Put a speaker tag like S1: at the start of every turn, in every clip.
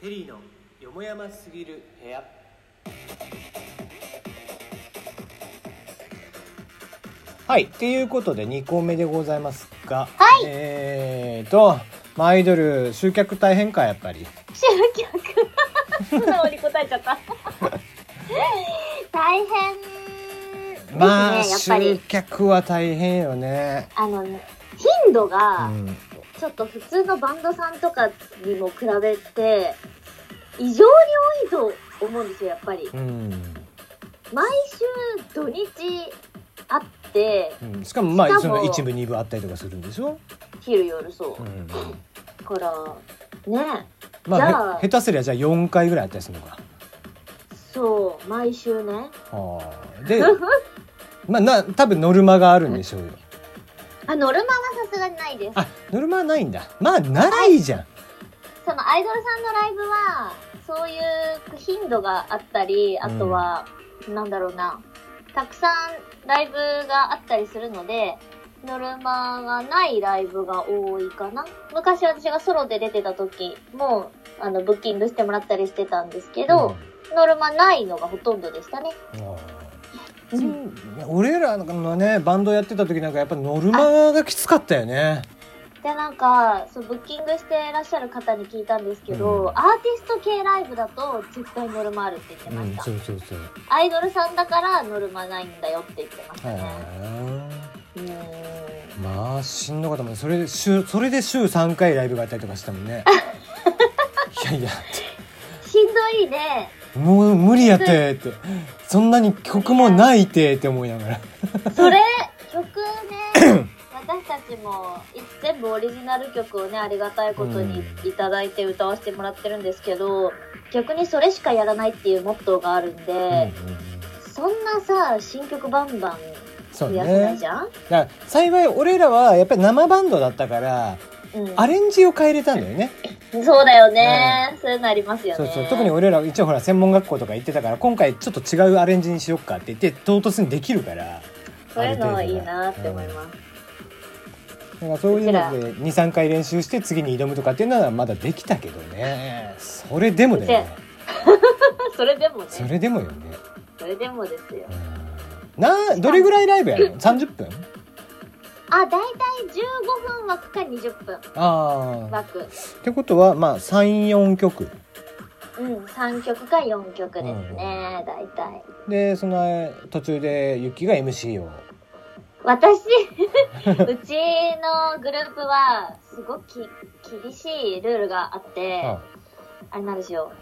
S1: テリーのよもやますぎる部屋
S2: はい、ということで2個目でございますが、
S3: はい
S2: えーと、まあアイドル集客大変かやっぱり。
S3: 集客素直に答えちゃった大変ですね、
S2: まあ
S3: やっぱ
S2: 集
S3: り
S2: 客は大変よね。
S3: あの頻度
S2: う
S3: が
S2: ん、
S3: ちょっと普通のバンドさんとかにも比べて異常に多いと思うんですよやっぱり
S2: うん、
S3: 毎週土日あって
S2: うんしかもまあ
S3: し
S2: そ
S3: かも
S2: の一部二部あったりとかするんでしょ。、
S3: 昼夜そううんだからね
S2: ま
S3: じゃ
S2: あ
S3: あ
S2: へ下手すりゃじゃあ4回ぐらいあったりするのか。
S3: そう毎週ね
S2: はあ、 で、まあな多分ノルマがあるんでしょうよ。
S3: あノルマはさすがにないです
S2: あ、ノルマはないんだ。まあならいいじゃん。
S3: そのアイドルさんのライブはそういう頻度があったりあとは、なんだろうなたくさんライブがあったりするのでノルマがないライブが多いかな昔私がソロで出てた時もあのブッキングしてもらったりしてたんですけど、ノルマないのがほとんどでしたね
S2: うんああ
S3: うん
S2: うん俺らのねバンドやってた時なんかやっぱノルマがきつかったよね
S3: でなんかそうブッキングしてらっしゃる方に聞いたんですけど、
S2: うん
S3: アーティスト系ライブだと絶対ノルマあるって言って
S2: う
S3: まし
S2: ん
S3: た、
S2: そうそうそう
S3: アイドルさんだからノルマないんだよって言ってました
S2: へ
S3: ね。
S2: え
S3: うーん
S2: まあしんどかったもんそれで週それで週3回ライブがあったりとかしたもん ねいやいや
S3: しんど いね。
S2: もう無理やってってそんなに曲もないてって思いながら
S3: それ、曲ね、私たちもい全部オリジナル曲をね、ありがたいことに
S2: うん
S3: いただいて歌わせてもらってるんですけど、逆にそれしかやらないっていうモットーがあるんで、
S2: うんうんうん
S3: そんなさ、新曲バンバン
S2: そう
S3: 増やせない
S2: ね
S3: じゃ
S2: だ
S3: ん
S2: から幸い俺らはやっぱり生バンドだったから
S3: う,、
S2: アレンジを変えれたんだよね
S3: ん、そうだよね、そういうのありますよね。
S2: そうそう特に俺ら一応ほら専門学校とか行ってたから今回ちょっと違うアレンジにしよっかって言って唐突にできるから
S3: そういうのはいいなって思いま
S2: だ
S3: す。
S2: からそういうので23回練習して次に挑むとかっていうのはまだできたけどねそれでもだよね
S3: それでもね、
S2: それでもよね
S3: それでもですよ。
S2: うんなどれぐらいライブやるの30分
S3: あ、だいたい15分枠か20分
S2: ああ
S3: 枠。
S2: ってことはまあ34曲
S3: うん、3曲か4曲ですね、だいたい。
S2: でその途中でユキが MC を
S3: 私、うちのグループは、すごくき厳しいルールがあって、
S2: あ
S3: あれなんですよ。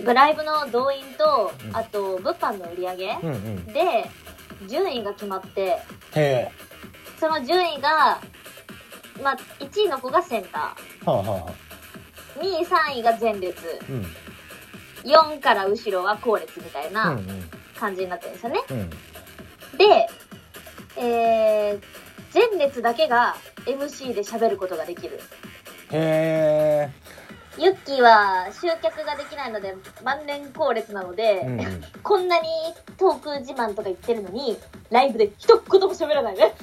S3: ブライブの動員と
S2: う、ん
S3: あと、物販の売り上げ
S2: うんうん
S3: で、順位が決まって、
S2: へえ
S3: その順位が、まあ、1位の子がセンタ
S2: はあはあはあ
S3: ー、2位、3位が前列、
S2: うん
S3: 4から後ろは後列みたいな
S2: うんうん
S3: 感じになってるんですよね。
S2: うん
S3: で、えー、前列だけが MC で喋ることができる。
S2: へえ
S3: ユッキーは集客ができないので、万年後列なので、
S2: うんうん
S3: こんなにトーク自慢とか言ってるのに、ライブで一言も喋らない ね。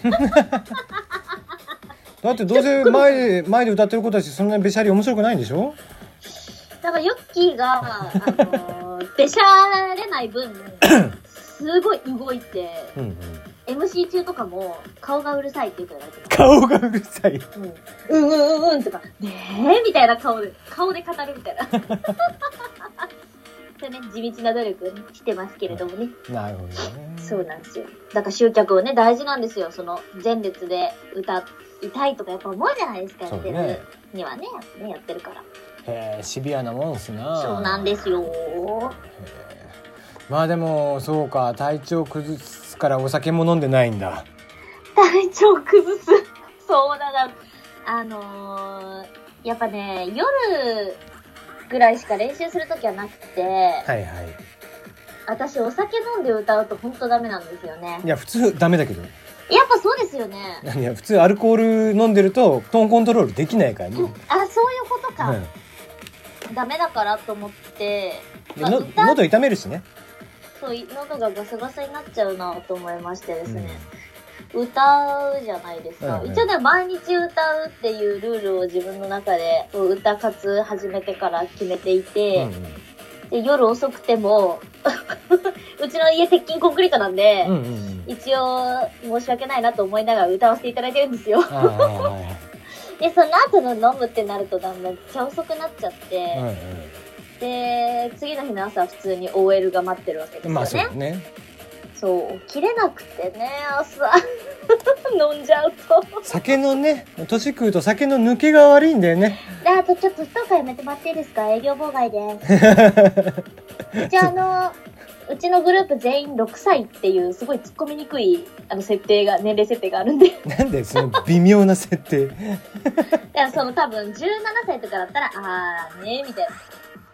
S2: だってどうせ前で前で歌ってることだしそんなにべしゃり面白くないんでしょ
S3: だからユッキーが、あの ー、べしゃれない分、すごい動いて、
S2: うんうん
S3: MC 中とかも顔がうるさいって言ってたら
S2: 顔がうるさい
S3: うん、うんうんうんうんとか、ねえみたいな顔で、顔で語るみ たいな。それね、地道な努力をねしてますけれどもね。
S2: なるほどね
S3: そうなんですよ。だから集客をね、大事なんですよ。その、前列で歌いたいとかやっぱ思うじゃないですか、や
S2: そう
S3: って
S2: ね
S3: るにはね、ねやってるから。
S2: へえシビアなもんっすな
S3: そうなんですよ。
S2: まあでもそうか体調崩すからお酒も飲んでないんだ
S3: 体調崩す。 そうだな。あのー、やっぱね、夜ぐらいしか練習するときはなくて、
S2: はいはい
S3: 私お酒飲んで歌うと本当ダメなんですよね
S2: いや普通ダメだけど
S3: やっぱそうですよね
S2: いや普通アルコール飲んでるとトーンコントロールできないからね、
S3: あそういうことか、
S2: うん
S3: ダメだからと思って、
S2: で
S3: まあ、
S2: の
S3: 歌う
S2: 喉痛めるしね
S3: と喉がガサガサになっちゃうなと思いましてですね、歌うじゃないですか。
S2: うんうん
S3: 一応ね、毎日歌うっていうルールを自分の中で、こう歌活始めてから決めていて、で夜遅くても、 うちの家鉄筋コンクリートなんで、
S2: うんうんうんうん
S3: 一応申し訳ないなと思いながら歌わせていただいてるんですよ。
S2: ああはいはい
S3: で、その後の飲むってなるとだめっちゃ遅くなっちゃって、
S2: はいうん
S3: で、次の日の朝は普通に OL が待ってるわけで
S2: う
S3: すよ
S2: ん
S3: ね。
S2: まあそうだね
S3: そう、起きれなくてね、朝、 飲んじゃうと。
S2: 酒のね年食うと酒の抜けが悪いんだよね
S3: で、あとちょっと一回やめてもらっていいですか営業妨 害です。じゃあ、あの、うちのグループ全員6歳っていう、すごい突っ込みにくい、あの、設定が、年齢設定があるんで。
S2: なんでその微妙な設定
S3: いや、その多分17歳とかだったら、あーね、みたいな。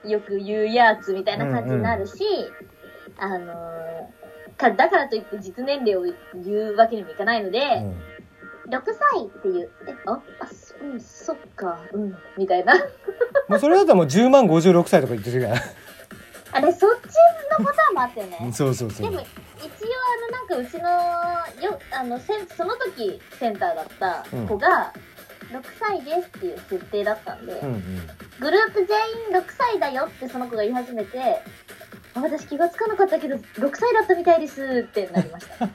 S3: よく言うやつみたいな感じになるし、あのーか、だからといって実年齢を言うわけにもいかないので、
S2: うん
S3: 6歳っていう、え、あ、あ、そうん、そっか、うん、みたいな。
S2: もうそれだったらもう10万56歳とか言ってるか
S3: あれ、そっちのパターンもあったよね
S2: ら。そうそうそ
S3: で
S2: う
S3: も、一応あの、なんかうちの、よ、あの、せんその時センターだった子が、6歳ですっていう設定だったんで、
S2: うんうん
S3: グループ全員6歳だよってその子が言い始めて、あ私気がつかなかったけど、6歳だったみたいですってなり ました。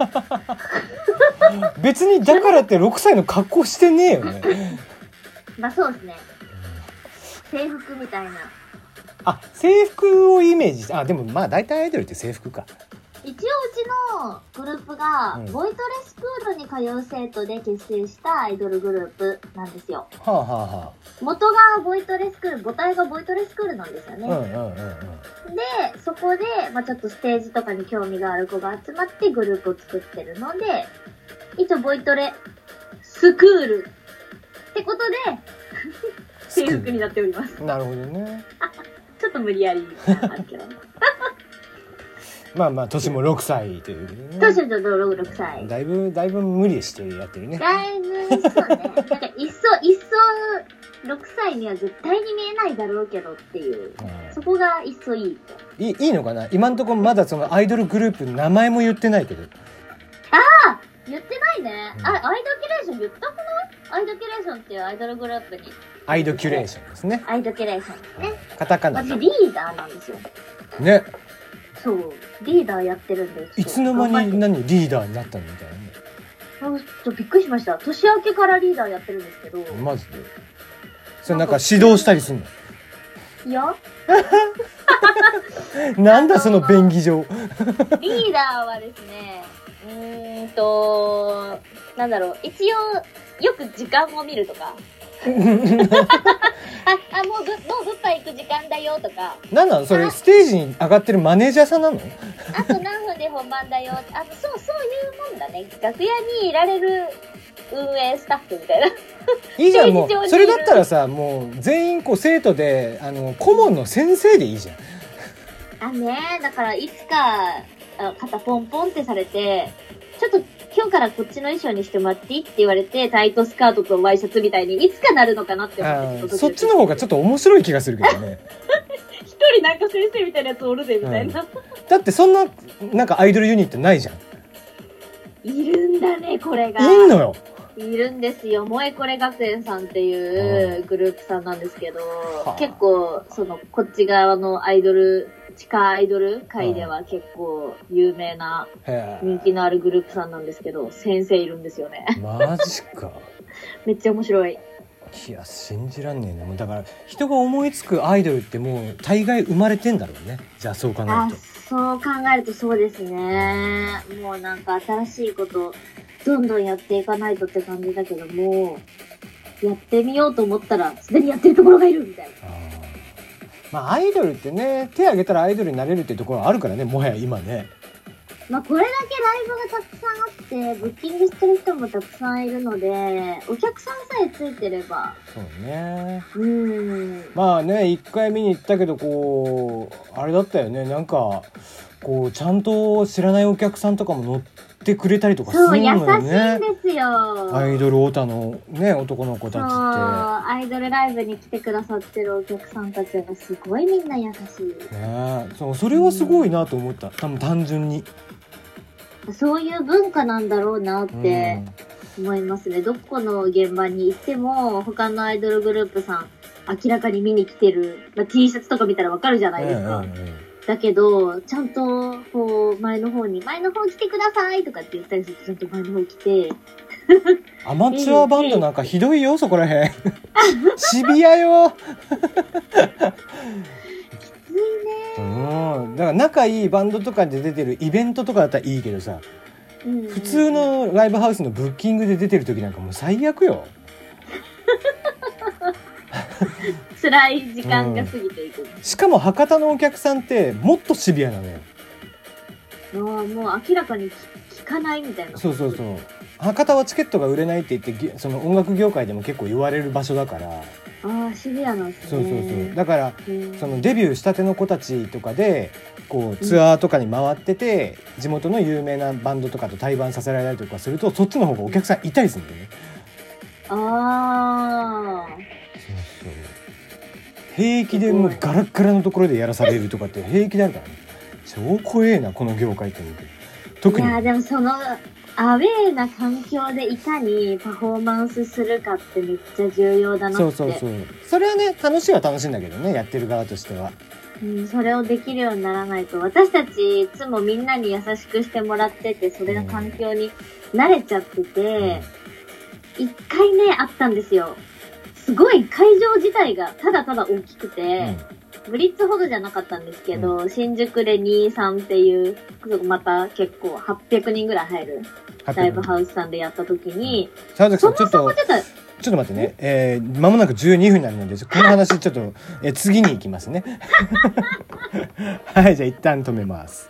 S2: 別にだからって6歳の格好してねえよね
S3: まあそうですね。制服みたいな。
S2: あ制服をイメージしてあでもまあ大体アイドルって制服か
S3: 一応うちのグループが
S2: うん、
S3: ボイトレスクールに通う生徒で結成したアイドルグループなんですよ。
S2: はあは
S3: 元がボイトレスクール、母体がボイトレスクールなんですよ
S2: あ
S3: ね。
S2: はあうんうんうんうん
S3: で、そこで、まあちょっとステージとかに興味がある子が集まってグループを作ってるので、一応ボイトレスクールってことで、制服になっております。
S2: なるほどね
S3: ちょっと無理やりなんですけど。
S2: まあまあ年も6歳ということ
S3: 当
S2: でね
S3: 初と6、6歳。
S2: だいぶだいぶ無理してやってるね
S3: だいぶ、そうね。なんか、一層、一層、6歳には絶対に見えないだろうけどっていう。そこが一層いい。
S2: うんいいいいのかな今んとこまだそのアイドルグループの名前も言ってないけど
S3: 言ってないね。あ、アイドキュレーション言ったくないアイドキュレーションっていうアイドルグループに。
S2: アイドキュレーションですね
S3: アイドキュレーションですね。
S2: カタカナ
S3: 私
S2: で
S3: リーダーなんですよ。
S2: ね
S3: そう。リーダーやってるんです。
S2: いつの間に
S3: な
S2: 何リーダーになったのみたいなね
S3: ちょっとびっくりしました。年明けからリーダーやってるんですけど。
S2: マジでそれなんか指導したりすん
S3: いや、
S2: のなんだその便宜上
S3: リーダーはですね、 うーんと、なんだろう、一応、よく時間を見る とか。あ、あ、もうぶ、もう物販行く時間だよとか、
S2: なんなのそれステージに上がってるマネージャーさんなの
S3: あと何分で本番だよ。あ、そう、そういうもんだね。楽屋にいられる運営スタッフみたいな。
S2: いいじゃんも
S3: ステージ上にいうる
S2: それだったらさもう全員こう生徒であの顧問の先生でいいじゃん
S3: あねだからいつか、あ肩ポンポンってされて、ちょっと今日からこっちの衣装にしてもらっていいって言われて、タイトスカートとワイシャツみたいにいつかなるのかなって
S2: あ
S3: 思って
S2: ーそっちの方がちょっと面白い気がするけど ね
S3: 一人なんか先生みたいなやつおるぜみたいな。
S2: だってそんななんかアイドルユニットないじゃん
S3: いるんだね、これが。
S2: いいのよ
S3: いるんですよ。萌えこれ学園さんっていうグループさんなんですけど
S2: はあ、
S3: 結構、その、こっち側のアイドル、地下アイドル界では結構有名な
S2: へ
S3: 人気のあるグループさんなんですけど、先生いるんですよね。
S2: えマジか
S3: めっちゃ面白い。
S2: いや信じらんねえなもうだから人が思いつくアイドルってもう大概生まれてんだろうねじゃあそう考え
S3: あ
S2: ると、
S3: そう考えるとそうですね。もうなんか新しいこと、どんどんやっていかないとって感じだけども、やってみようと思ったら、すでにやってるところがいるみたいな。
S2: あーまあアイドルってね手挙げたらアイドルになれるってところあるからねもはや今ね
S3: まあ、これだけライブがたくさんあって、ブッキングしてる人もたくさんいるので、お客さんさえついてれば、
S2: そうね
S3: うーん。
S2: まあね一回見に行ったけどこうあれだったよねなんかこうちゃんと知らないお客さんとかも乗ってくれたりとかするの
S3: そう、優しい
S2: よね
S3: んですよ。
S2: アイドルオタのね男の子
S3: そ
S2: た
S3: う、
S2: ちって
S3: アイドルライブに来てくださってるお客さんたちがすごいみんな優しい。
S2: ねえそうそれはすごいなと思った多分単純に
S3: そういう文化なんだろうなって思いますね。どこの現場に行っても、他のアイドルグループさん、明らかに見に来てる。まあ、T シャツとか見たらわかるじゃないですか。だけど、ちゃんと、こう、前の方に、前の方来てくださいとかって言ったりすると、ちゃんと前の方来て、
S2: アマチュアバンドなんかひどいよそこら へんシビアよ
S3: ついね
S2: うんだから仲いいバンドとかで出てるイベントとかだったらいいけどさ
S3: うん
S2: 普通のライブハウスのブッキングで出てる時なんかもう最悪よ
S3: 辛い時間が過ぎていく。
S2: しかも博多のお客さんってもっとシビアなのよ
S3: もう、もう明らかに聞かないみたいな。
S2: そうそうそう博多はチケットが売れないって言ってぎその音楽業界でも結構言われる場所だから
S3: ああ、シビアなんです
S2: そ
S3: ね。
S2: うそうそうだから
S3: うん
S2: そのデビューしたての子たちとかでこうツアーとかに回ってて地元の有名なバンドとかと対バンさせられたりとかするとそっちの方がお客さんいたりするんだよね。
S3: ああ。
S2: 平気でもうガラッガラのところでやらされるとかって平気だからね超怖えなこの業界って思うけど特に
S3: いやーでもそのアウェーな環境でいかにパフォーマンスするかってめっちゃ重要だなって
S2: そうそうそうそれはね楽しいは楽しいんだけどねやってる側としては
S3: うん、それをできるようにならないと私たちいつもみんなに優しくしてもらっててそれの環境に慣れちゃってて一、回ねあったんですよすごい会場自体がただただ大きく
S2: う
S3: て
S2: ん、
S3: ブリッツほどじゃなかったんですけど、新宿で23っていうまた結構800人ぐらい入るライブハウスさんでやった時に、
S2: 沢崎さ
S3: そ
S2: ん
S3: も
S2: ちょっ
S3: そ
S2: と
S3: もちょっと
S2: ちょっと待ってね、えー、間もなく12分になるので、この 話ちょっと、えー次に行きますね。はい、じゃあ一旦止めます。